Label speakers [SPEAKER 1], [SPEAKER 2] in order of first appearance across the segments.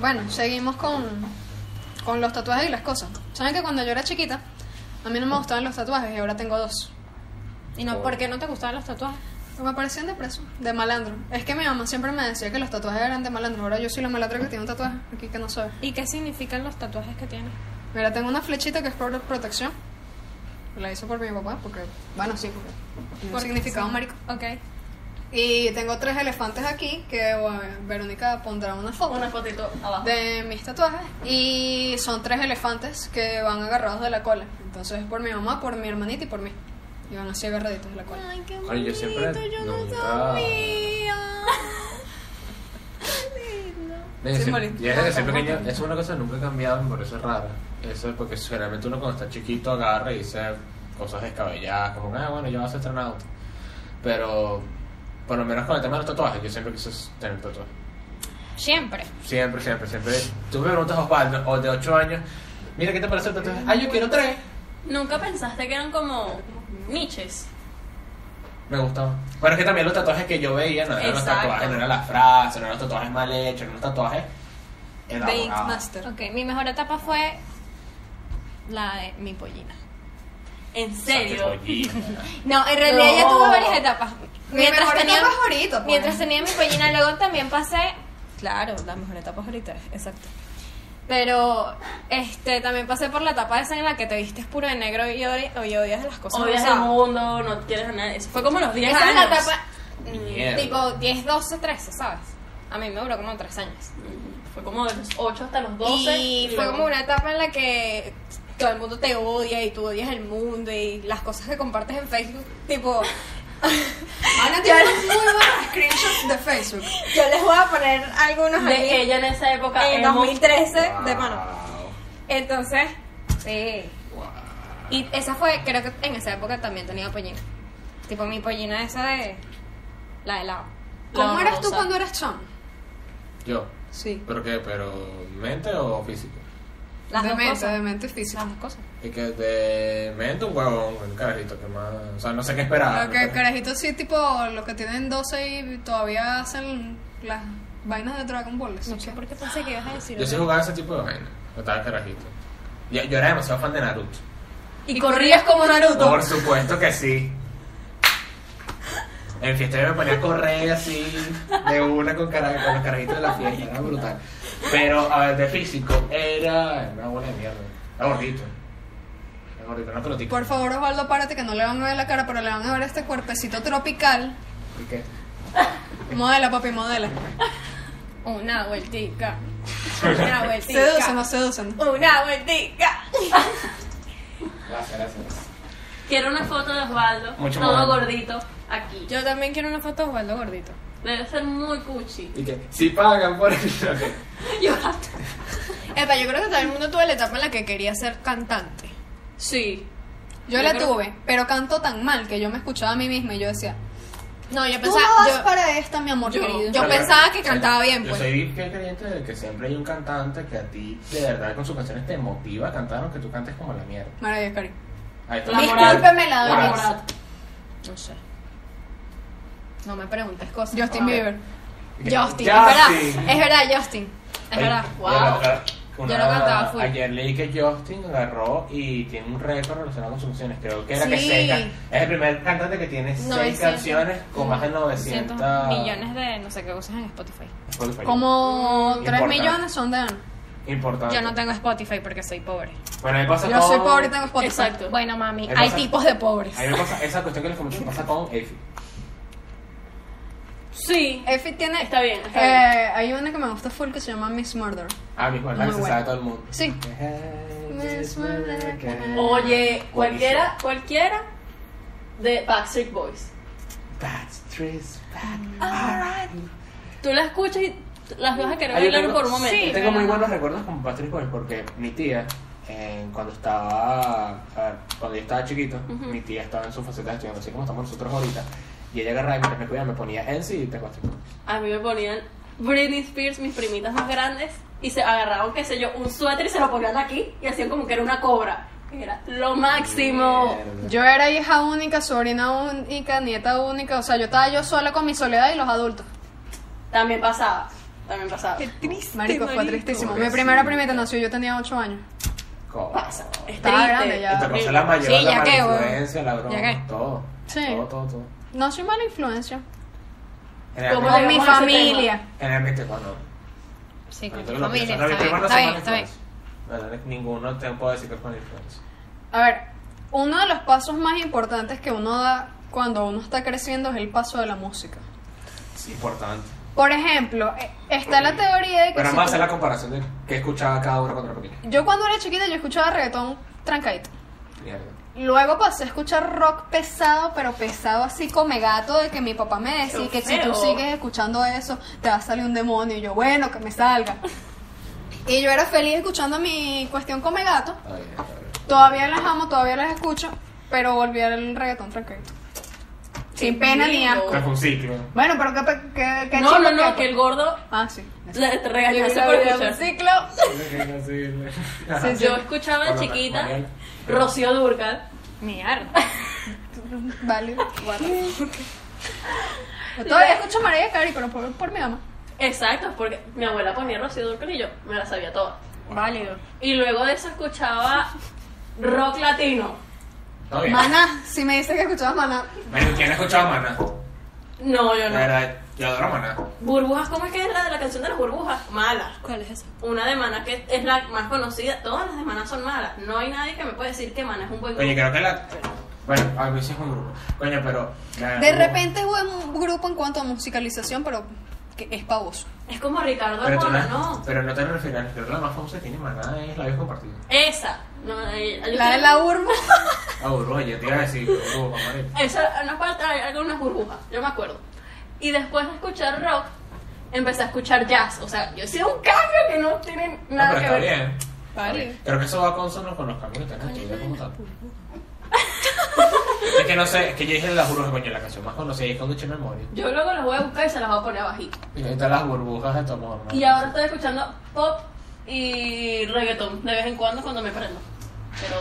[SPEAKER 1] Bueno, seguimos con, con los tatuajes y las cosas. ¿Saben que cuando yo era chiquita, a mí no me gustaban los tatuajes y ahora tengo dos?
[SPEAKER 2] ¿Y no, por qué no te gustaban los tatuajes?
[SPEAKER 1] Me parecían de preso, de malandro. Es que mi mamá siempre me decía que los tatuajes eran de malandro. Ahora yo soy la malandra que tiene un tatuaje aquí que no sabe.
[SPEAKER 2] ¿Y qué significan los tatuajes que tienes?
[SPEAKER 1] Mira, tengo una flechita que es por protección. La hizo por mi papá, porque, bueno, sí, porque. tiene un significado
[SPEAKER 2] sí.
[SPEAKER 1] marico.
[SPEAKER 2] Ok.
[SPEAKER 1] Y tengo tres elefantes aquí que bueno, Verónica pondrá una foto
[SPEAKER 3] Una fotito abajo.
[SPEAKER 1] de mis tatuajes. Y son tres elefantes que van agarrados de la cola. Entonces, por mi mamá, por mi hermanita y por mí. Y van así agarraditos de la cola.
[SPEAKER 2] Ay, qué
[SPEAKER 4] Ay, yo siempre
[SPEAKER 2] bonito, yo no
[SPEAKER 4] nunca-
[SPEAKER 2] sabía. Qué lindo.
[SPEAKER 4] Desde
[SPEAKER 1] Sí,
[SPEAKER 4] siem-
[SPEAKER 1] morí.
[SPEAKER 4] y es desde siempre pequeño, eso es una cosa que nunca ha cambiado, me parece rara. Eso es porque generalmente uno cuando está chiquito agarra y dice cosas descabelladas, como, ah, bueno, yo voy a ser astronauta. Pero, por lo menos con el tema de los tatuajes, yo siempre quise tener tatuajes.
[SPEAKER 2] Siempre.
[SPEAKER 4] Siempre, siempre, siempre. Tú me preguntas a Osvaldo, o de 8 años, mira, ¿qué te parece el tatuaje? Ah, yo quiero tres.
[SPEAKER 3] Nunca pensaste que eran como niches.
[SPEAKER 4] Me gustaba. Bueno, es que también los tatuajes que yo veía no eran los
[SPEAKER 3] Exacto.
[SPEAKER 4] tatuajes, no eran las frases, no eran los tatuajes mal hechos, eran los tatuajes
[SPEAKER 1] De Ink
[SPEAKER 4] elaborados.
[SPEAKER 1] Master.
[SPEAKER 2] Ok, mi mejor etapa fue la de mi pollina.
[SPEAKER 3] En
[SPEAKER 4] O sea,
[SPEAKER 3] serio.
[SPEAKER 4] qué joyita.
[SPEAKER 2] No, en realidad
[SPEAKER 1] No.
[SPEAKER 2] yo tuve varias etapas.
[SPEAKER 1] Mi mejor etapa es ahorita, pues.
[SPEAKER 2] mientras tenía mi pollina, luego también pasé. Claro, la mejor etapa es ahorita, exacto. Pero este también pasé por la etapa esa en la que te vistes puro de negro y, odi- y odias las cosas.
[SPEAKER 3] Odias el
[SPEAKER 2] rosadas.
[SPEAKER 3] mundo, no quieres a nadie. Eso fue como los 10
[SPEAKER 2] Esa es la
[SPEAKER 3] años.
[SPEAKER 2] etapa
[SPEAKER 4] Mierda.
[SPEAKER 2] tipo 10, 12, 13, ¿sabes? A mí me duró como 3 años.
[SPEAKER 3] Fue como de los 8 hasta los 12.
[SPEAKER 2] y fue
[SPEAKER 3] luego-
[SPEAKER 2] como una etapa en la que todo el mundo te odia y tú odias el mundo y las cosas que compartes en Facebook, tipo,
[SPEAKER 1] Ana tiene unos muy buenos screenshots de Facebook.
[SPEAKER 2] yo les voy a poner algunos aquí
[SPEAKER 3] De ella en esa época.
[SPEAKER 2] en
[SPEAKER 3] emo.
[SPEAKER 2] 2013 de
[SPEAKER 4] Wow.
[SPEAKER 2] mano. Entonces, sí.
[SPEAKER 4] Wow.
[SPEAKER 2] Y esa fue, creo que en esa época también tenía pollina. Tipo mi pollina esa de la de lado.
[SPEAKER 3] La
[SPEAKER 1] ¿Cómo eras tú
[SPEAKER 3] rosa.
[SPEAKER 1] cuando eras chamo?
[SPEAKER 4] Yo.
[SPEAKER 1] Sí.
[SPEAKER 4] ¿Pero qué? ¿Pero mente o físico?
[SPEAKER 2] Las
[SPEAKER 1] de
[SPEAKER 2] dos
[SPEAKER 1] mente,
[SPEAKER 2] cosas.
[SPEAKER 1] de mente física.
[SPEAKER 2] Las dos cosas.
[SPEAKER 4] Y que de mente un huevón, un carajito que más. O sea, no sé qué esperaba.
[SPEAKER 1] Lo que carajitos sí, tipo los que tienen 12 y todavía hacen las vainas de Dragon Ball. así
[SPEAKER 2] No
[SPEAKER 1] que-
[SPEAKER 2] sé por qué pensé que ibas a decir.
[SPEAKER 4] Yo sí
[SPEAKER 2] otra.
[SPEAKER 4] jugaba ese tipo de vainas. Yo estaba carajito. Yo, yo era demasiado fan de Naruto.
[SPEAKER 3] Y corrías como Naruto.
[SPEAKER 4] Por supuesto que sí. En fiesta yo me ponía a correr así, de una con, cara- con los carajitos de la fiesta, era brutal. Pero, a ver, de físico, era una bola de mierda. Era gordito. Era gordito, era pelotito.
[SPEAKER 1] Por favor, Osvaldo, párate que no le van a ver la cara, pero le van a ver este cuerpecito tropical.
[SPEAKER 4] ¿Y qué?
[SPEAKER 1] Modela, papi, modela.
[SPEAKER 2] Una vueltica. Una
[SPEAKER 1] Seducen, no
[SPEAKER 2] vueltica.
[SPEAKER 1] seducen.
[SPEAKER 2] Una vueltica.
[SPEAKER 4] Gracias, gracias.
[SPEAKER 3] Quiero una foto de Osvaldo,
[SPEAKER 4] Mucho
[SPEAKER 3] todo
[SPEAKER 4] más.
[SPEAKER 3] gordito, aquí.
[SPEAKER 2] Yo también quiero una foto de Osvaldo gordito.
[SPEAKER 3] Debe ser muy cuchi.
[SPEAKER 4] ¿Y qué? Si pagan por eso. ok.
[SPEAKER 3] Yo
[SPEAKER 2] Epa, yo creo que todo el mundo tuvo la etapa en la que quería ser cantante.
[SPEAKER 3] Sí.
[SPEAKER 1] Yo
[SPEAKER 3] Yo
[SPEAKER 1] la
[SPEAKER 3] creo-
[SPEAKER 1] tuve, pero canto tan mal que yo me escuchaba a mí misma y yo decía,
[SPEAKER 2] No, yo
[SPEAKER 1] tú
[SPEAKER 2] pensaba.
[SPEAKER 1] no vas
[SPEAKER 2] yo-
[SPEAKER 1] para esta, mi amor
[SPEAKER 3] yo-
[SPEAKER 1] querido.
[SPEAKER 2] yo
[SPEAKER 4] Pero,
[SPEAKER 2] pensaba que
[SPEAKER 4] o sea,
[SPEAKER 2] cantaba bien,
[SPEAKER 4] Yo
[SPEAKER 2] pues.
[SPEAKER 4] soy fiel creyente de que siempre hay un cantante que a ti, de verdad, con sus canciones te motiva a cantar, aunque tú cantes como la mierda.
[SPEAKER 1] Maravilloso, Cari.
[SPEAKER 4] Ahí está.
[SPEAKER 3] La
[SPEAKER 1] Discúlpeme la
[SPEAKER 4] Morat.
[SPEAKER 1] dolencia.
[SPEAKER 3] Morat.
[SPEAKER 2] No sé. No me preguntes cosas.
[SPEAKER 1] Justin
[SPEAKER 2] Por favor.
[SPEAKER 1] Bieber.
[SPEAKER 2] Justin,
[SPEAKER 4] Ya,
[SPEAKER 2] es
[SPEAKER 4] sí.
[SPEAKER 2] verdad. Es verdad, Justin. Es
[SPEAKER 4] Ay,
[SPEAKER 2] verdad.
[SPEAKER 4] yo la- la-
[SPEAKER 2] Yo lo cantaba full.
[SPEAKER 4] Ayer leí que Justin agarró y tiene un récord relacionado con sus canciones. Creo que era que
[SPEAKER 1] Sí.
[SPEAKER 4] seis can- Es el primer cantante que tiene seis
[SPEAKER 2] 900.
[SPEAKER 4] canciones con más de 900
[SPEAKER 2] millones de no sé qué cosas en Spotify.
[SPEAKER 4] Spotify.
[SPEAKER 1] Como 3
[SPEAKER 4] Importante.
[SPEAKER 1] millones son de Ana.
[SPEAKER 4] Importante.
[SPEAKER 2] Yo no tengo Spotify porque soy pobre.
[SPEAKER 4] Bueno, a mí me pasa
[SPEAKER 1] Yo
[SPEAKER 4] con-
[SPEAKER 1] soy pobre y tengo Spotify.
[SPEAKER 3] Exacto.
[SPEAKER 2] Bueno, mami,
[SPEAKER 4] Ahí
[SPEAKER 2] hay
[SPEAKER 4] pasa.
[SPEAKER 2] tipos de pobres.
[SPEAKER 4] A mí me pasa esa cuestión que les comenté. Me pasa con Efi.
[SPEAKER 3] Sí.
[SPEAKER 1] Effie tiene...
[SPEAKER 3] Está bien, está
[SPEAKER 1] eh, Hay una que me gusta full que se llama Miss Murder.
[SPEAKER 4] Ah, mi Juan, la que
[SPEAKER 1] Muy
[SPEAKER 4] se
[SPEAKER 1] bueno.
[SPEAKER 4] sabe todo el mundo.
[SPEAKER 1] Sí.
[SPEAKER 3] Oye,
[SPEAKER 4] Buenísimo.
[SPEAKER 3] cualquiera, cualquiera de Backstreet Boys.
[SPEAKER 4] Backstreet Back.
[SPEAKER 3] Tú la escuchas y las vas a querer
[SPEAKER 4] Ah, yo
[SPEAKER 3] bailar
[SPEAKER 4] tengo-
[SPEAKER 3] por un momento.
[SPEAKER 4] Yo tengo muy buenos recuerdos con Patrick Boy porque mi tía, eh, cuando estaba, a ver, cuando yo estaba chiquito, mi tía estaba en su faceta de estudiante, así como estamos nosotros ahorita, y ella agarraba y mientras me cuidaba me ponía Ensi y te Patrick Boy.
[SPEAKER 3] A mí me ponían Britney Spears, mis primitas más grandes, y se agarraban, qué sé yo, un suéter y se lo ponían aquí y hacían como que era una cobra. Era lo máximo.
[SPEAKER 4] Mierda.
[SPEAKER 1] Yo era hija única, sobrina única, nieta única. O sea, yo estaba yo sola con mi soledad y los adultos.
[SPEAKER 3] También pasaba. También pasaba.
[SPEAKER 2] triste.
[SPEAKER 1] Marico, fue tristísimo. Mi
[SPEAKER 4] Pobrecito.
[SPEAKER 1] primera primita nació, yo tenía 8 años.
[SPEAKER 4] Co-
[SPEAKER 3] Pasa. Es
[SPEAKER 1] Estaba
[SPEAKER 3] triste.
[SPEAKER 1] grande ya.
[SPEAKER 4] Y te conoce la mayor,
[SPEAKER 2] Sí, ya
[SPEAKER 4] la
[SPEAKER 2] qué,
[SPEAKER 4] mala
[SPEAKER 2] weón.
[SPEAKER 4] influencia, la broma,
[SPEAKER 2] Ya qué.
[SPEAKER 4] todo.
[SPEAKER 1] Sí.
[SPEAKER 4] Todo, todo, todo.
[SPEAKER 1] No soy mala influencia.
[SPEAKER 4] Generalmente,
[SPEAKER 1] Con mi
[SPEAKER 3] llegamos a ese
[SPEAKER 1] familia.
[SPEAKER 4] generalmente cuando...
[SPEAKER 2] Sí, con
[SPEAKER 4] cuando
[SPEAKER 2] tu
[SPEAKER 4] tú lo
[SPEAKER 2] familia.
[SPEAKER 4] piensas, no,
[SPEAKER 2] Está
[SPEAKER 4] mis
[SPEAKER 2] bien,
[SPEAKER 4] primas no
[SPEAKER 2] está
[SPEAKER 4] son
[SPEAKER 2] bien,
[SPEAKER 4] mala
[SPEAKER 2] está bien.
[SPEAKER 4] influencia. No, no, Ninguno te puedo decir que es mala influencia.
[SPEAKER 1] A ver, uno de los pasos más importantes que uno da cuando uno está creciendo es el paso de la música.
[SPEAKER 4] Es importante.
[SPEAKER 1] Por ejemplo, eh, está la teoría de que
[SPEAKER 4] Pero
[SPEAKER 1] si
[SPEAKER 4] vamos a
[SPEAKER 1] tú-
[SPEAKER 4] hacer la comparación de qué escuchaba cada uno cuando era pequeño.
[SPEAKER 1] yo cuando era chiquita yo escuchaba reggaetón trancadito.
[SPEAKER 4] Mierda.
[SPEAKER 1] Luego pasé a escuchar rock pesado, pero pesado así come gato de que mi papá me decía
[SPEAKER 3] Pero
[SPEAKER 1] que si tú
[SPEAKER 3] feo.
[SPEAKER 1] sigues escuchando eso, te va a salir un demonio. Y yo, bueno, que me salga. Y yo era feliz escuchando mi cuestión come gato.
[SPEAKER 4] Está bien, está bien.
[SPEAKER 1] Todavía las amo, todavía las escucho, pero volví al reggaetón tranquilito. Sin
[SPEAKER 3] Qué
[SPEAKER 1] pena ni
[SPEAKER 3] lindo.
[SPEAKER 1] asco.
[SPEAKER 4] O sea, fue un ciclo.
[SPEAKER 1] Bueno, pero qué, pe- qué, qué
[SPEAKER 3] No,
[SPEAKER 1] chido
[SPEAKER 3] no, no,
[SPEAKER 1] fue.
[SPEAKER 3] que el gordo
[SPEAKER 1] Ah, sí.
[SPEAKER 3] le te
[SPEAKER 1] Yo
[SPEAKER 3] regañaste
[SPEAKER 1] la
[SPEAKER 3] por
[SPEAKER 1] vida
[SPEAKER 3] escuchar.
[SPEAKER 1] un ciclo. Sí, sí.
[SPEAKER 3] Yo escuchaba de
[SPEAKER 4] Por lo menos,
[SPEAKER 3] chiquita
[SPEAKER 4] Mariel.
[SPEAKER 3] Rocío Durcal.
[SPEAKER 2] Mierda.
[SPEAKER 1] Vale. Yo todavía escucho Mariah Carey, pero por, por mi mamá.
[SPEAKER 3] Exacto, porque mi abuela ponía Rocío Durcal y yo me la sabía toda.
[SPEAKER 2] Válido.
[SPEAKER 3] Y luego de eso escuchaba rock latino.
[SPEAKER 4] Está bien.
[SPEAKER 1] Maná, si me dices que escuchabas Maná.
[SPEAKER 4] Bueno, ¿quién ha escuchado Maná?
[SPEAKER 3] No, yo
[SPEAKER 4] La
[SPEAKER 3] no.
[SPEAKER 4] verdad, yo adoro Maná.
[SPEAKER 3] Burbujas, ¿cómo es que es la de la canción de las burbujas? Mala.
[SPEAKER 2] ¿Cuál es esa?
[SPEAKER 3] Una de Maná que es la más conocida. Todas las de Maná son malas. No hay nadie que me pueda decir que Maná es un buen
[SPEAKER 4] Oye,
[SPEAKER 3] grupo.
[SPEAKER 4] creo que la... Bueno, a veces es un grupo. Coño, pero... la-
[SPEAKER 1] De repente hubo un grupo en cuanto a musicalización, pero que es pavoso.
[SPEAKER 3] Es como Ricardo
[SPEAKER 4] Pero, tú
[SPEAKER 3] Arjona,
[SPEAKER 4] no,
[SPEAKER 3] ¿no?
[SPEAKER 4] pero no te refieres, creo que la más famosa que tiene Maná es la vieja compartida.
[SPEAKER 3] Esa. No, eh, yo
[SPEAKER 1] La de
[SPEAKER 3] creo-
[SPEAKER 1] la urba.
[SPEAKER 4] Ah, burro, yo te iba a decir, burro, Mariel.
[SPEAKER 3] Esa, no falta hay algunas burbujas, yo me acuerdo. Y después de escuchar rock, empecé a escuchar jazz. O sea, yo hice un cambio que no tiene
[SPEAKER 4] No, Ah,
[SPEAKER 3] nada
[SPEAKER 4] pero
[SPEAKER 3] que
[SPEAKER 4] está
[SPEAKER 3] ver.
[SPEAKER 4] bien.
[SPEAKER 1] Vale.
[SPEAKER 4] Creo que eso va consono con los cambios que tenés en tu vida como tal. Es que no sé, es que yo dije las burbujas, coño, la canción más conocida y es con mucha memoria.
[SPEAKER 3] Yo luego las voy a buscar y se las voy a poner abajito.
[SPEAKER 4] Y ahí están las burbujas de tu amor. ¿no?
[SPEAKER 3] Y ahora estoy escuchando pop y reggaetón de vez en cuando cuando me prendo. Pero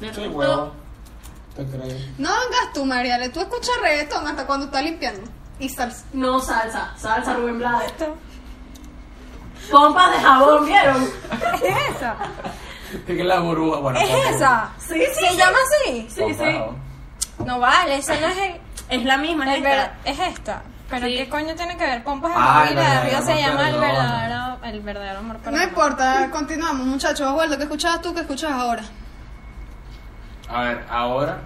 [SPEAKER 3] de
[SPEAKER 4] Sí,
[SPEAKER 3] resto,
[SPEAKER 4] huevo. Te creo.
[SPEAKER 1] No hagas tú, Mariale. Tú escuchas reggaetón hasta cuando estás limpiando. Y salsa.
[SPEAKER 3] no salsa, salsa Rubén Blades. Pompas de jabón, ¿vieron?
[SPEAKER 2] ¿Es esa?
[SPEAKER 4] Es que la burbuja, bueno. con-
[SPEAKER 2] ¿Es esa?
[SPEAKER 3] Sí, sí,
[SPEAKER 2] ¿Se
[SPEAKER 3] sí.
[SPEAKER 2] llama así?
[SPEAKER 3] Sí,
[SPEAKER 4] con
[SPEAKER 3] sí.
[SPEAKER 4] bajo.
[SPEAKER 2] No vale, esa no es el-
[SPEAKER 3] Es la misma,
[SPEAKER 2] el ver- Es esta. Pero
[SPEAKER 3] Sí.
[SPEAKER 2] ¿qué coño tiene que ver pompas en
[SPEAKER 4] Ah,
[SPEAKER 2] la
[SPEAKER 4] el
[SPEAKER 2] vida? De arriba
[SPEAKER 4] verdadero
[SPEAKER 2] se
[SPEAKER 4] amor
[SPEAKER 2] llama el
[SPEAKER 4] perdona.
[SPEAKER 2] verdadero, el verdadero amor
[SPEAKER 1] No
[SPEAKER 2] perdona.
[SPEAKER 1] importa, continuamos, muchachos. Osvaldo, ¿qué escuchabas tú? ¿Qué escuchas ahora?
[SPEAKER 4] A ver, ahora.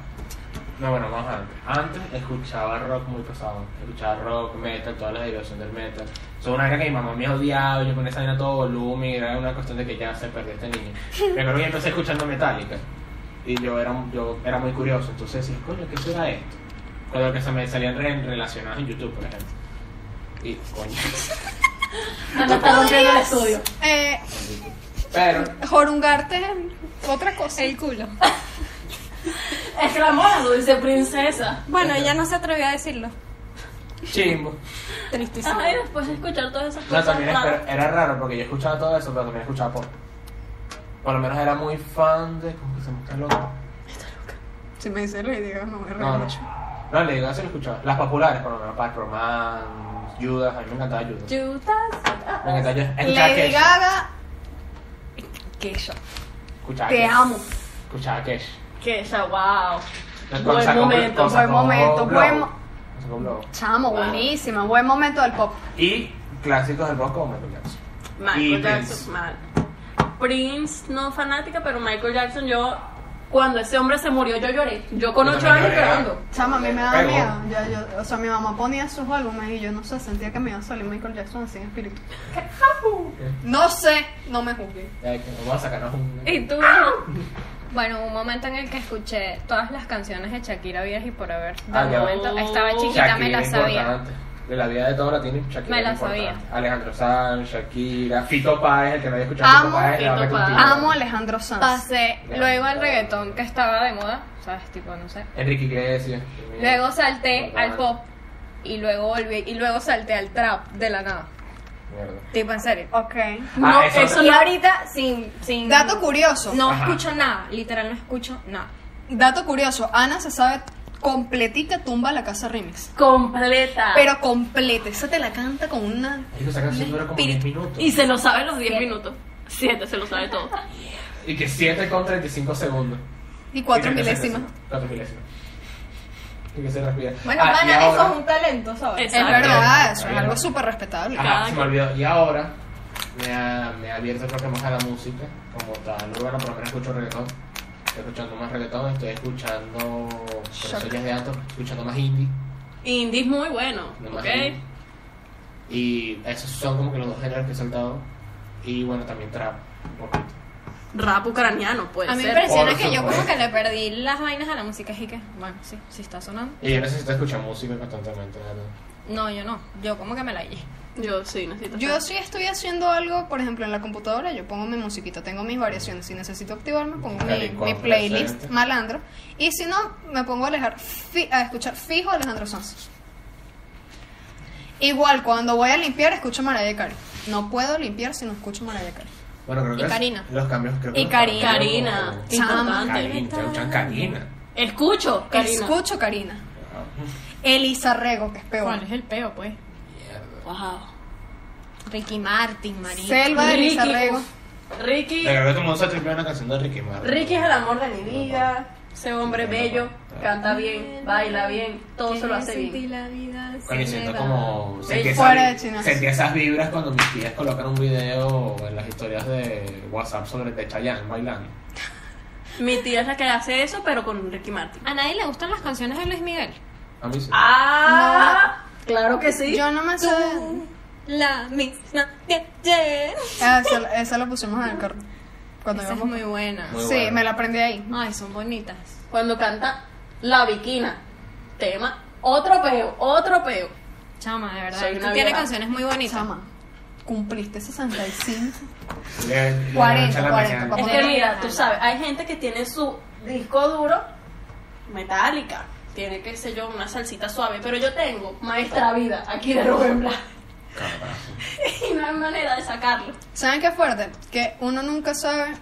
[SPEAKER 4] No, bueno, más antes. Antes escuchaba rock muy pesado. Escuchaba rock, metal, toda la diversión del metal. Son una vaina que mi mamá me odiaba. Yo ponía esa vaina a todo volumen. Era una cuestión de que ya se perdió este niño. Me acuerdo que empecé escuchando Metallica. Y yo era, yo era muy curioso. Entonces decía, coño, ¿qué será esto? Cuando que se me salían re- relacionados en YouTube, por ejemplo. Y, coño.
[SPEAKER 3] Ana está rompiendo el estudio.
[SPEAKER 1] Eh,
[SPEAKER 4] Pero,
[SPEAKER 1] jorungarte es otra cosa.
[SPEAKER 2] El culo.
[SPEAKER 3] Exclamó la dulce princesa.
[SPEAKER 2] Bueno, ella no se atrevió a decirlo.
[SPEAKER 4] chimbo.
[SPEAKER 2] Tristísimo.
[SPEAKER 3] Ajá, Ah, y después de escuchar todas esas
[SPEAKER 4] No,
[SPEAKER 3] cosas.
[SPEAKER 4] también es-
[SPEAKER 3] raras.
[SPEAKER 4] pero era raro porque yo escuchaba todo eso, pero también escuchaba pop. Por lo menos era muy fan de. ¿Cómo que se me está loco?
[SPEAKER 1] Si me dices lo digo, no me
[SPEAKER 4] No, no. No, le digo, eso lo escuchaba. Las populares, por lo menos, Pac Roman, Judas, a mí me encantaba Judas.
[SPEAKER 2] Yutas.
[SPEAKER 4] Me encantaba Judas. Escuchaba
[SPEAKER 1] Lady
[SPEAKER 4] Kesh.
[SPEAKER 1] Gaga,
[SPEAKER 2] Queso.
[SPEAKER 4] Escuchaba
[SPEAKER 1] te
[SPEAKER 4] Kesh.
[SPEAKER 1] amo.
[SPEAKER 4] Escuchaba Kesh.
[SPEAKER 3] Que esa, wow.
[SPEAKER 4] Cuando
[SPEAKER 3] Buen
[SPEAKER 4] sacó-
[SPEAKER 3] momento,
[SPEAKER 1] buen
[SPEAKER 4] cuando sacó
[SPEAKER 1] momento,
[SPEAKER 4] Blow,
[SPEAKER 1] buen mo-
[SPEAKER 4] cuando sacó Blow.
[SPEAKER 1] Chamo, buenísima. Buen momento del pop.
[SPEAKER 4] Y clásicos del rock como Michael Jackson.
[SPEAKER 3] Michael
[SPEAKER 4] Y
[SPEAKER 3] Jackson, mal. Prince, no fanática, pero Michael Jackson, yo. Cuando ese hombre se murió, yo lloré. Yo con
[SPEAKER 4] Yo
[SPEAKER 3] ocho
[SPEAKER 4] también
[SPEAKER 3] años
[SPEAKER 4] lloré.
[SPEAKER 3] llorando.
[SPEAKER 1] Chama, a mí me daba
[SPEAKER 4] Pegó.
[SPEAKER 1] miedo. Yo, yo, o sea, mi mamá ponía sus álbumes y yo no sé, sentía que me iba a salir Michael Jackson así en espíritu. No sé, no me juzgué.
[SPEAKER 4] Ya que vamos a sacarnos un.
[SPEAKER 2] ¿Y tú? Bueno, hubo un momento en el que escuché todas las canciones de Shakira Viejas y por haber. De
[SPEAKER 4] Ah, ya.
[SPEAKER 2] momento estaba chiquita,
[SPEAKER 4] Shakira
[SPEAKER 2] me las sabía.
[SPEAKER 4] importante. De la vida de todo latino, Shakira.
[SPEAKER 2] Me la
[SPEAKER 4] es importante.
[SPEAKER 2] sabía.
[SPEAKER 4] Alejandro Sanz, Shakira, Fito Páez, el que no había escuchado
[SPEAKER 1] Amo
[SPEAKER 4] Fito Páez,
[SPEAKER 3] Fito
[SPEAKER 4] la verdad que un
[SPEAKER 3] Páez.
[SPEAKER 4] tío.
[SPEAKER 1] Amo a Alejandro Sanz.
[SPEAKER 2] Pasé
[SPEAKER 4] Ya.
[SPEAKER 2] luego al reggaetón que estaba de moda, ¿sabes? Tipo, no sé.
[SPEAKER 4] Enrique Iglesias.
[SPEAKER 2] Luego salté
[SPEAKER 4] Importante.
[SPEAKER 2] al pop y luego volví y luego salté al trap de la nada.
[SPEAKER 4] Mierda.
[SPEAKER 2] Tipo, en serio.
[SPEAKER 1] Ok.
[SPEAKER 4] Ah,
[SPEAKER 2] no,
[SPEAKER 4] eso-
[SPEAKER 2] eso y ahorita sin, sin...
[SPEAKER 1] Dato curioso.
[SPEAKER 2] No
[SPEAKER 4] Ajá.
[SPEAKER 2] escucho nada, literal no escucho nada.
[SPEAKER 1] Dato curioso. Ana se sabe completica tumba la casa remix.
[SPEAKER 3] Completa.
[SPEAKER 1] Pero completa, esa te la canta con una.
[SPEAKER 4] Y que esa canción dura como 10 minutos.
[SPEAKER 3] Y se lo sabe los 10
[SPEAKER 2] Siete.
[SPEAKER 3] minutos. 7, se lo sabe todo.
[SPEAKER 4] Y que 7 con 35 segundos.
[SPEAKER 1] y cuatro
[SPEAKER 4] Y que se-
[SPEAKER 1] milésimas.
[SPEAKER 4] 4 milésimas. Y que se respira.
[SPEAKER 2] Bueno,
[SPEAKER 4] Ah, y
[SPEAKER 2] pana,
[SPEAKER 4] ahora-
[SPEAKER 2] eso es un talento, ¿sabes?
[SPEAKER 1] Es
[SPEAKER 3] Exacto.
[SPEAKER 1] verdad, eso es
[SPEAKER 4] Claro.
[SPEAKER 1] algo súper respetable.
[SPEAKER 4] Ajá, se me olvidó. Y ahora me ha, me ha abierto creo que más a la música, como tal. Bueno, por lo menos escucho reggaetón. Estoy escuchando más reggaetón, estoy escuchando. Por eso
[SPEAKER 1] Shock.
[SPEAKER 4] ya es de alto, escuchando más indie.
[SPEAKER 3] Indie es muy bueno.
[SPEAKER 4] no más
[SPEAKER 3] ¿Ok?
[SPEAKER 4] indie. Y esos son como que los dos géneros que he saltado. Y bueno, también trap, un poquito.
[SPEAKER 3] Rap ucraniano, puede
[SPEAKER 2] A mí me
[SPEAKER 3] ser.
[SPEAKER 2] impresiona
[SPEAKER 4] Por
[SPEAKER 2] que yo como
[SPEAKER 4] supuesto.
[SPEAKER 2] que le perdí las vainas a la música y que, bueno, sí, sí está sonando.
[SPEAKER 4] Y yo necesito escuchar música constantemente, ¿verdad?
[SPEAKER 2] No, yo no, yo como que me la hallé.
[SPEAKER 3] Yo sí, necesito.
[SPEAKER 1] Yo sí estoy haciendo algo, por ejemplo, en la computadora, yo pongo mi musiquita, tengo mis variaciones. Si necesito activarme, pongo mi,
[SPEAKER 4] Calico,
[SPEAKER 1] mi playlist
[SPEAKER 4] presente.
[SPEAKER 1] malandro. Y si no, me pongo a, alejar fi- a escuchar fijo a Alejandro Sanz. Igual, cuando voy a limpiar, escucho Mariah Carey. No puedo limpiar si no escucho Mariah Carey.
[SPEAKER 4] Bueno, creo que
[SPEAKER 2] Y
[SPEAKER 4] es-
[SPEAKER 2] Karina.
[SPEAKER 4] los cambios creo que
[SPEAKER 2] Y
[SPEAKER 4] los
[SPEAKER 2] Karina.
[SPEAKER 4] cambios-
[SPEAKER 3] Karina,
[SPEAKER 1] Chama.
[SPEAKER 3] importante.
[SPEAKER 4] Karina, te escuchan Karina.
[SPEAKER 3] Escucho, Karina.
[SPEAKER 1] Escucho Karina.
[SPEAKER 4] Ajá.
[SPEAKER 1] Elisa Rego, que es peor.
[SPEAKER 2] ¿Cuál es el peo, pues?
[SPEAKER 4] Mierda.
[SPEAKER 3] Wow.
[SPEAKER 2] Ricky Martin, marica.
[SPEAKER 1] Selva de Elisa
[SPEAKER 3] Ricky.
[SPEAKER 1] Rego.
[SPEAKER 3] Ricky.
[SPEAKER 4] Pero creo que todo el mundo se tripeó una canción de Ricky Martin.
[SPEAKER 3] Ricky es el amor de mi vida. Ese hombre bello. Canta bien, baila bien, todo se lo hace bien.
[SPEAKER 2] la vida
[SPEAKER 4] Coño, siento como. Sentí
[SPEAKER 1] Fuera
[SPEAKER 4] esas,
[SPEAKER 1] de China.
[SPEAKER 4] sentí esas vibras cuando mis tías colocan un video en las historias de WhatsApp sobre de Chayanne bailando.
[SPEAKER 3] Mi tía es la que hace eso, pero con Ricky Martin.
[SPEAKER 2] A nadie le gustan las canciones de Luis Miguel.
[SPEAKER 4] A mí sí.
[SPEAKER 3] Ah, claro que sí.
[SPEAKER 1] Yo no me sé.
[SPEAKER 2] La misma que ayer.
[SPEAKER 1] Ah, Esa, esa la pusimos en el carro. Cuando
[SPEAKER 2] Esa es
[SPEAKER 1] íbamos.
[SPEAKER 2] muy buena.
[SPEAKER 4] Muy
[SPEAKER 1] sí,
[SPEAKER 4] buena.
[SPEAKER 1] me la aprendí ahí.
[SPEAKER 2] Ay, son bonitas.
[SPEAKER 3] Cuando canta La Viquina, tema, otro peo, otro peo.
[SPEAKER 2] Chama, de verdad.
[SPEAKER 3] Soy
[SPEAKER 2] Tú
[SPEAKER 3] una
[SPEAKER 2] tienes
[SPEAKER 3] vieja.
[SPEAKER 2] canciones muy bonitas.
[SPEAKER 1] Chama, cumpliste 65.
[SPEAKER 4] Le- le
[SPEAKER 1] 40,
[SPEAKER 4] echa la
[SPEAKER 1] 40,
[SPEAKER 4] mañana.
[SPEAKER 1] papá.
[SPEAKER 3] Es
[SPEAKER 2] Ojo.
[SPEAKER 3] que mira, tú sabes, hay gente que tiene su disco duro, metálica, tiene, qué sé yo, una salsita suave, pero yo tengo Maestra Vida aquí de Rubén Blas. Y no hay manera de sacarlo.
[SPEAKER 1] ¿Saben qué fuerte? Que uno nunca sabe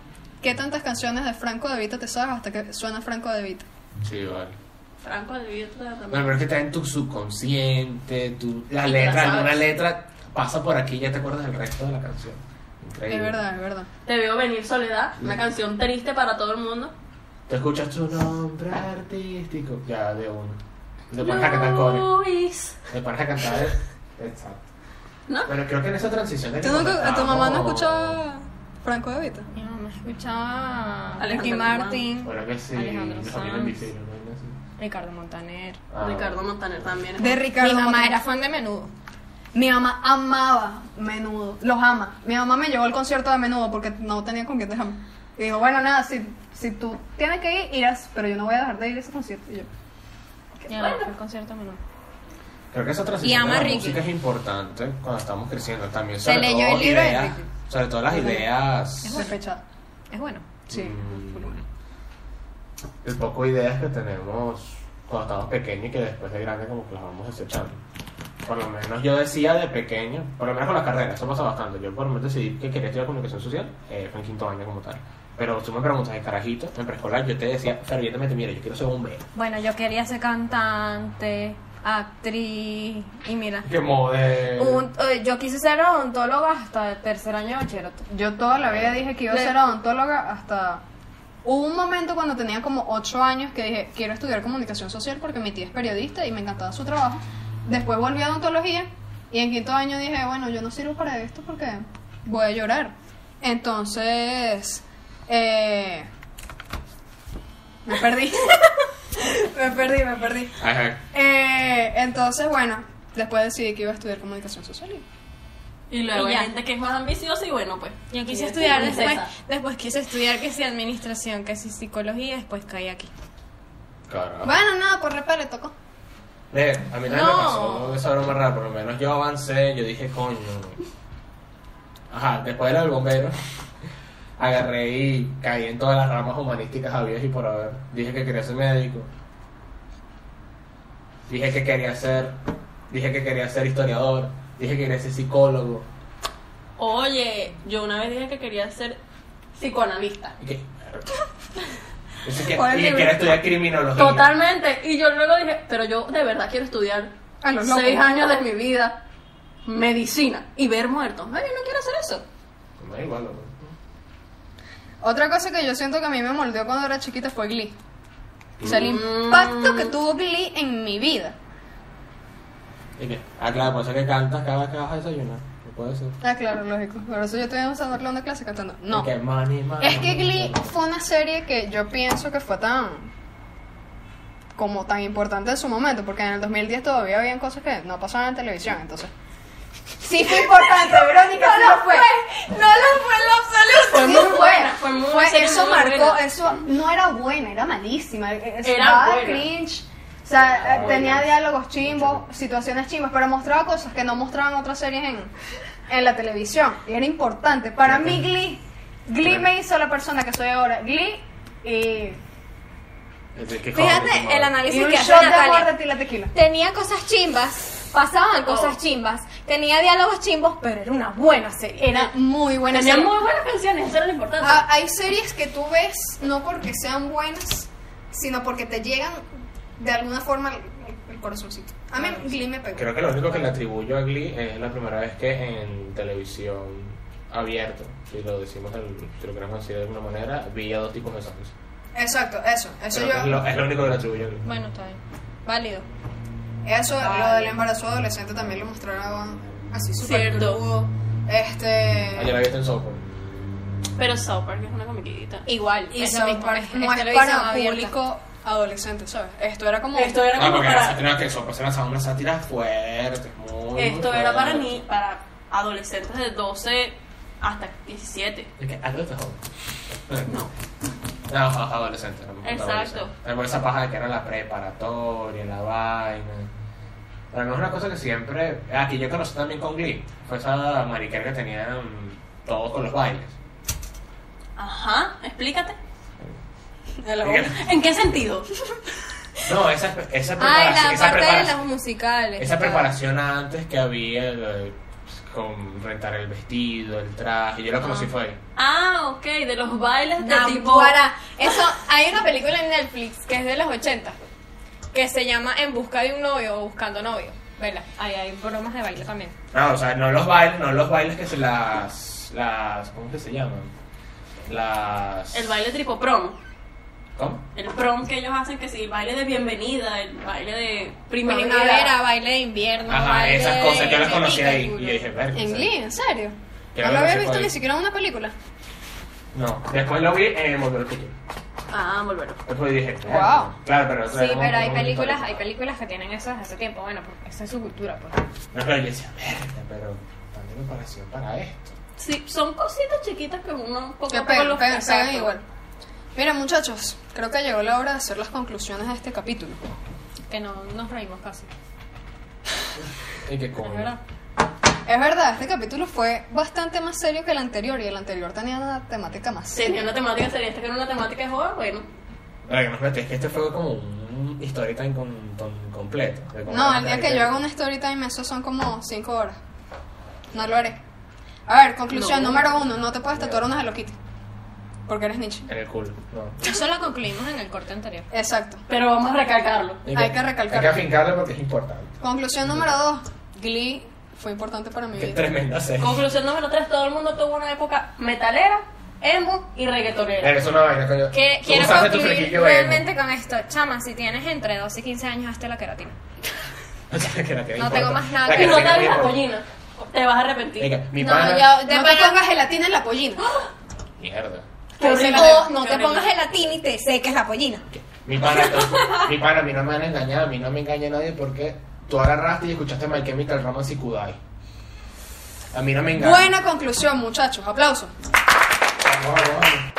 [SPEAKER 1] qué tantas canciones de Franco De Vita te sabes hasta que suena Franco De Vita.
[SPEAKER 4] Sí, vale.
[SPEAKER 3] Franco de Villa
[SPEAKER 4] Bueno, pero es que está en tu subconsciente, tu, la
[SPEAKER 3] Y te la
[SPEAKER 4] letra,
[SPEAKER 3] sabes.
[SPEAKER 4] alguna letra pasa por aquí y ya te acuerdas del resto de la canción. Increíble.
[SPEAKER 1] Es verdad, es verdad.
[SPEAKER 3] Te veo venir Soledad, una canción triste para todo el mundo.
[SPEAKER 4] Te escuchas tu nombre artístico. Ya, de uno. Te pones a cantar core.
[SPEAKER 3] Luis.
[SPEAKER 4] Te pones a cantar. eh. Exacto.
[SPEAKER 3] ¿No?
[SPEAKER 4] Pero creo que en esa transición de que
[SPEAKER 1] ¿Tú nunca,
[SPEAKER 4] cuando
[SPEAKER 1] ¿A tu mamá no
[SPEAKER 4] estábamos-
[SPEAKER 1] escuchaba Franco De Vita?
[SPEAKER 2] Mi mamá escuchaba
[SPEAKER 3] Alejandro
[SPEAKER 2] Ricky
[SPEAKER 3] Guzmán.
[SPEAKER 2] Martin,
[SPEAKER 4] Bueno, que sí.
[SPEAKER 2] Alejandro
[SPEAKER 4] los amigos
[SPEAKER 2] Sanz.
[SPEAKER 4] invisibles, ¿no? Así.
[SPEAKER 2] Ricardo Montaner.
[SPEAKER 4] Ah.
[SPEAKER 3] Ricardo Montaner también.
[SPEAKER 1] De Ricardo.
[SPEAKER 2] Mi mamá
[SPEAKER 1] Montaner.
[SPEAKER 2] era fan de menudo.
[SPEAKER 1] Mi mamá amaba Menudo. Los ama. Mi mamá me llevó al concierto de Menudo porque no tenía con quién dejarme. Y dijo, bueno, nada, si, si tú tienes que ir, irás, pero yo no voy a dejar de ir a ese concierto. Y yo,
[SPEAKER 2] Mi mamá fue al concierto de menudo.
[SPEAKER 4] Creo que esa
[SPEAKER 2] Y
[SPEAKER 4] transición
[SPEAKER 2] ama
[SPEAKER 4] de la
[SPEAKER 2] a Ricky.
[SPEAKER 4] música es importante cuando estamos creciendo también.
[SPEAKER 2] Se
[SPEAKER 4] Sobre
[SPEAKER 2] leyó
[SPEAKER 4] todo
[SPEAKER 2] el libro de
[SPEAKER 4] ideas-
[SPEAKER 2] Ricky.
[SPEAKER 4] Sobre todo las ideas.
[SPEAKER 1] despechada.
[SPEAKER 2] Es bueno.
[SPEAKER 1] Sí.
[SPEAKER 4] mm, El poco de ideas que tenemos cuando estamos pequeños y que después de grandes como que las vamos desechando. Por lo menos yo decía de pequeño, por lo menos con la carrera, eso pasa bastante. Yo por lo menos decidí que quería estudiar comunicación social, eh, fue en quinto año como tal. Pero tú me preguntas de carajito, en preescolar, yo te decía fervientemente, mira, yo quiero ser bombero.
[SPEAKER 2] Bueno, yo quería ser cantante, actriz y mira.
[SPEAKER 4] Que modelo.
[SPEAKER 2] un- eh, yo quise ser odontóloga hasta el tercer año de bachillerato.
[SPEAKER 1] Yo toda la vida dije que iba a
[SPEAKER 2] Le-
[SPEAKER 1] ser odontóloga hasta... Hubo un momento cuando tenía como 8 años que dije, quiero estudiar comunicación social porque mi tía es periodista y me encantaba su trabajo. Después volví a odontología y en quinto año dije, bueno, yo no sirvo para esto porque voy a llorar. Entonces, eh, me perdí. me perdí, me perdí.
[SPEAKER 4] Ajá.
[SPEAKER 1] Eh, entonces, bueno, después decidí que iba a estudiar comunicación social. y-
[SPEAKER 3] Y luego
[SPEAKER 2] Y
[SPEAKER 3] hay
[SPEAKER 2] ya.
[SPEAKER 3] gente que es más ambiciosa y bueno, pues.
[SPEAKER 2] Yo quise
[SPEAKER 3] Y
[SPEAKER 2] estudiar
[SPEAKER 3] es
[SPEAKER 2] después,
[SPEAKER 3] princesa.
[SPEAKER 2] después quise estudiar que si administración, que si psicología, y después caí aquí.
[SPEAKER 4] Carajo.
[SPEAKER 1] Bueno, nada, por reparo, tocó.
[SPEAKER 4] Eh, a mí también
[SPEAKER 2] No.
[SPEAKER 4] me pasó esa broma rara, por lo menos yo avancé, yo dije, coño. Ajá, después era el bombero. Agarré y caí en todas las ramas humanísticas habidas y por haber. Dije que quería ser médico. Dije que quería ser. Dije que quería ser historiador. Dije que quería ser psicólogo.
[SPEAKER 3] Oye, yo una vez dije que quería ser psicoanalista.
[SPEAKER 4] Y que- Dice que,
[SPEAKER 1] ¿Cuál es
[SPEAKER 4] y
[SPEAKER 1] el
[SPEAKER 4] que
[SPEAKER 1] libro?
[SPEAKER 4] quiere estudiar criminología.
[SPEAKER 3] Totalmente. Y yo luego dije, pero yo de verdad quiero estudiar
[SPEAKER 1] A los locos.
[SPEAKER 3] seis años de mi vida medicina y ver muertos. Ay, yo no quiero hacer eso.
[SPEAKER 4] Me da igual, loco.
[SPEAKER 1] Otra cosa que yo siento que a mí me moldeó cuando era chiquita fue Glee. O sea, el
[SPEAKER 3] Mm.
[SPEAKER 1] impacto que tuvo Glee en mi vida.
[SPEAKER 4] Y que- Ah, claro, por eso que cantas cada vez que vas a desayunar. No puede ser.
[SPEAKER 1] Ah, claro, lógico. Por eso yo estoy en un salón de clase cantando. No.
[SPEAKER 4] Y Que money, money,
[SPEAKER 1] Es que Glee
[SPEAKER 4] money.
[SPEAKER 1] fue una serie que yo pienso que fue tan como tan importante en su momento, porque en el 2010 todavía habían cosas que no pasaban en televisión, entonces. Sí fue importante, Verónica, sí lo fue.
[SPEAKER 2] No lo fue en lo absoluto.
[SPEAKER 1] Fue
[SPEAKER 3] Sí
[SPEAKER 1] muy
[SPEAKER 3] fue,
[SPEAKER 1] buena,
[SPEAKER 3] fue muy
[SPEAKER 1] fue-
[SPEAKER 3] serie
[SPEAKER 1] eso
[SPEAKER 3] muy
[SPEAKER 1] marcó,
[SPEAKER 3] buena.
[SPEAKER 1] eso no era buena, era malísima, es-
[SPEAKER 3] Era
[SPEAKER 1] daba
[SPEAKER 3] buena.
[SPEAKER 1] cringe. O sea,
[SPEAKER 4] Era
[SPEAKER 1] eh, tenía
[SPEAKER 4] buena.
[SPEAKER 1] diálogos chimbos, situaciones chimbas, pero mostraba cosas que no mostraban otras series en, en la televisión. Y era importante. Para mí, Glee, Glee me hizo la persona que soy ahora. Glee y,
[SPEAKER 4] Es decir, que joder, tu
[SPEAKER 2] Fíjate
[SPEAKER 4] madre.
[SPEAKER 2] el
[SPEAKER 1] y
[SPEAKER 2] análisis
[SPEAKER 1] un
[SPEAKER 2] que hace
[SPEAKER 1] shot de amor de
[SPEAKER 2] Natalia.
[SPEAKER 1] ti la tequila.
[SPEAKER 2] Tenía cosas chimbas, pasaban cosas chimbas, tenía diálogos chimbos, pero era una buena serie.
[SPEAKER 1] Era muy buena
[SPEAKER 3] Tenía
[SPEAKER 1] serie.
[SPEAKER 3] muy buenas canciones, eso era lo importante.
[SPEAKER 1] Ah, hay series que tú ves no porque sean buenas, sino porque te llegan de alguna forma al- al- el corazoncito. A mí Glee me pegó.
[SPEAKER 4] Creo que lo único que le atribuyo a Glee es la primera vez que en televisión abierta, si lo decimos, el- si lo queremos decir de alguna manera, vi a dos tipos de zombies.
[SPEAKER 1] Exacto, eso, eso
[SPEAKER 4] Creo que
[SPEAKER 1] yo.
[SPEAKER 4] es, lo, es lo único que le atribuyo a Glee.
[SPEAKER 2] Bueno, está bien. Válido.
[SPEAKER 1] Eso, lo del embarazo adolescente también lo mostraron así súper
[SPEAKER 3] Cierto.
[SPEAKER 1] crudo.
[SPEAKER 4] Ayer la
[SPEAKER 1] Este.
[SPEAKER 4] vi en Soho.
[SPEAKER 3] Pero South Park es una comiquita.
[SPEAKER 2] Igual,
[SPEAKER 1] Y
[SPEAKER 2] es lo
[SPEAKER 1] South
[SPEAKER 2] mismo,
[SPEAKER 1] Park
[SPEAKER 2] es-
[SPEAKER 1] no
[SPEAKER 2] es
[SPEAKER 1] es
[SPEAKER 2] televisión
[SPEAKER 1] para
[SPEAKER 2] abierta.
[SPEAKER 1] público adolescente, ¿sabes? Esto era como.
[SPEAKER 3] Esto era
[SPEAKER 4] Ah,
[SPEAKER 3] como
[SPEAKER 4] porque
[SPEAKER 3] para...
[SPEAKER 4] era, era que Soho era esa- una sátira fuerte, muy
[SPEAKER 3] Esto
[SPEAKER 4] fuerte.
[SPEAKER 3] era para mí, para adolescentes de 12 hasta 17.
[SPEAKER 4] Es que adultos joven.
[SPEAKER 3] No.
[SPEAKER 4] No, adolescente. no me importa
[SPEAKER 3] Exacto.
[SPEAKER 4] adolescente. Me acuerdo esa paja de que era la preparatoria, la vaina. Pero no es una cosa que siempre. Ah, que yo conocí también con Glee. Fue esa mariquera que tenían todos con los bailes.
[SPEAKER 3] Ajá, explícate.
[SPEAKER 4] Fíjate.
[SPEAKER 3] ¿En qué sentido?
[SPEAKER 4] No, esa, esa
[SPEAKER 2] Ay,
[SPEAKER 4] preparación.
[SPEAKER 2] la
[SPEAKER 4] esa,
[SPEAKER 2] parte de
[SPEAKER 4] preparación
[SPEAKER 2] los musicales.
[SPEAKER 4] esa
[SPEAKER 2] total.
[SPEAKER 4] preparación antes que había el, eh, con rentar el vestido, el traje. Yo la conocí fue ahí.
[SPEAKER 3] Ah, ok, de los bailes de tipo.
[SPEAKER 2] Naguará. Eso, hay una película en Netflix que es de los 80 que se llama En busca de un novio o buscando novio, ¿verdad? Ahí hay bromas de baile también.
[SPEAKER 4] No, Ah, o sea, no los bailes, no los bailes que se las. las ¿Cómo que se llaman? Las.
[SPEAKER 3] El baile tipo prom.
[SPEAKER 4] ¿Cómo?
[SPEAKER 3] El prom que ellos hacen, que sí, el baile de bienvenida, el baile de primavera.
[SPEAKER 2] Primavera, baile de invierno,
[SPEAKER 4] Ajá,
[SPEAKER 2] baile
[SPEAKER 4] esas cosas, yo las
[SPEAKER 2] de
[SPEAKER 4] conocí ahí. Y yo
[SPEAKER 2] picaculo.
[SPEAKER 4] dije, verga.
[SPEAKER 1] En
[SPEAKER 4] ¿sabes?
[SPEAKER 1] Glee, ¿en serio? No
[SPEAKER 4] Yo la
[SPEAKER 1] lo había
[SPEAKER 4] conocí
[SPEAKER 1] visto
[SPEAKER 4] por
[SPEAKER 1] ni
[SPEAKER 4] ahí.
[SPEAKER 1] siquiera en una película.
[SPEAKER 4] No, después lo vi en Volver al Futuro.
[SPEAKER 3] Ah, volver.
[SPEAKER 4] Después dije,
[SPEAKER 1] Guau.
[SPEAKER 4] Claro, pero.
[SPEAKER 2] Sí, pero hay películas, hay películas que tienen eso desde hace tiempo. Bueno, porque esa es su cultura, pues.
[SPEAKER 4] No, pero yo decía, verga, pero. ¿Cuánta preparación para esto?
[SPEAKER 3] Sí, son cositas chiquitas que uno poco
[SPEAKER 1] Que
[SPEAKER 3] a poco
[SPEAKER 1] pegan,
[SPEAKER 3] los
[SPEAKER 1] pegan, pegan
[SPEAKER 3] exacto.
[SPEAKER 1] igual. Mira, muchachos, creo que llegó la hora de hacer las conclusiones de este capítulo.
[SPEAKER 2] Que no nos reímos casi.
[SPEAKER 4] Y que coño.
[SPEAKER 2] Es verdad.
[SPEAKER 1] Es verdad, este capítulo fue bastante más serio que el anterior y el anterior tenía una temática más
[SPEAKER 3] Tenía
[SPEAKER 1] seria.
[SPEAKER 3] una temática sería esta que era una temática de joven, bueno.
[SPEAKER 4] Ahora que nos metes, que este fue como un story time con, con- completo. de cómo
[SPEAKER 1] No,
[SPEAKER 4] era
[SPEAKER 1] el
[SPEAKER 4] la
[SPEAKER 1] día que yo
[SPEAKER 4] carretera.
[SPEAKER 1] haga una story time, eso son como 5 horas. No lo haré. A ver, conclusión
[SPEAKER 3] No.
[SPEAKER 1] número uno, no te puedes tatuar una Hello Kitty. Porque eres Nietzsche.
[SPEAKER 4] En el culo. No.
[SPEAKER 2] Eso lo concluimos en el corte anterior.
[SPEAKER 1] Exacto.
[SPEAKER 3] Pero vamos a recalcarlo.
[SPEAKER 4] Y
[SPEAKER 1] Hay que recalcarlo.
[SPEAKER 4] Hay que afincarlo porque es importante.
[SPEAKER 1] Conclusión número dos, Glee fue importante para mi
[SPEAKER 4] Qué
[SPEAKER 1] vida.
[SPEAKER 4] tremenda serie.
[SPEAKER 3] Conclusión número 3, todo el mundo tuvo una época metalera, emo y reggaetonera.
[SPEAKER 4] Eres una vaina, coño.
[SPEAKER 2] Que
[SPEAKER 4] Tú
[SPEAKER 2] quiero
[SPEAKER 4] usaste tu
[SPEAKER 2] concluir
[SPEAKER 4] flequillo
[SPEAKER 2] realmente con esto. Chama, si tienes entre 12 y 15 años, hazte la queratina.
[SPEAKER 4] emo. O sea, que la que me
[SPEAKER 2] No
[SPEAKER 4] importa.
[SPEAKER 2] tengo más nada
[SPEAKER 4] La
[SPEAKER 2] que-
[SPEAKER 3] Y no te
[SPEAKER 4] me
[SPEAKER 3] hagas la
[SPEAKER 4] importa.
[SPEAKER 3] pollina. Te vas a arrepentir.
[SPEAKER 4] Venga, mi
[SPEAKER 2] No,
[SPEAKER 4] pana.
[SPEAKER 2] ya-
[SPEAKER 1] No
[SPEAKER 2] De
[SPEAKER 1] te
[SPEAKER 2] pana-
[SPEAKER 1] pongas gelatina en la pollina.
[SPEAKER 4] Mierda.
[SPEAKER 3] Qué horrible,
[SPEAKER 2] O no
[SPEAKER 3] qué
[SPEAKER 2] te
[SPEAKER 3] horrible.
[SPEAKER 2] pongas gelatina y te seques la pollina.
[SPEAKER 4] Mi pana, mi pana, a mí no me han engañado, a mí no me engaña nadie porque tú agarraste y escuchaste My Chemical Romance y Kudai. A mí no me engaña.
[SPEAKER 1] Buena conclusión, muchachos. Aplausos.
[SPEAKER 4] Vamos, vamos, vamos.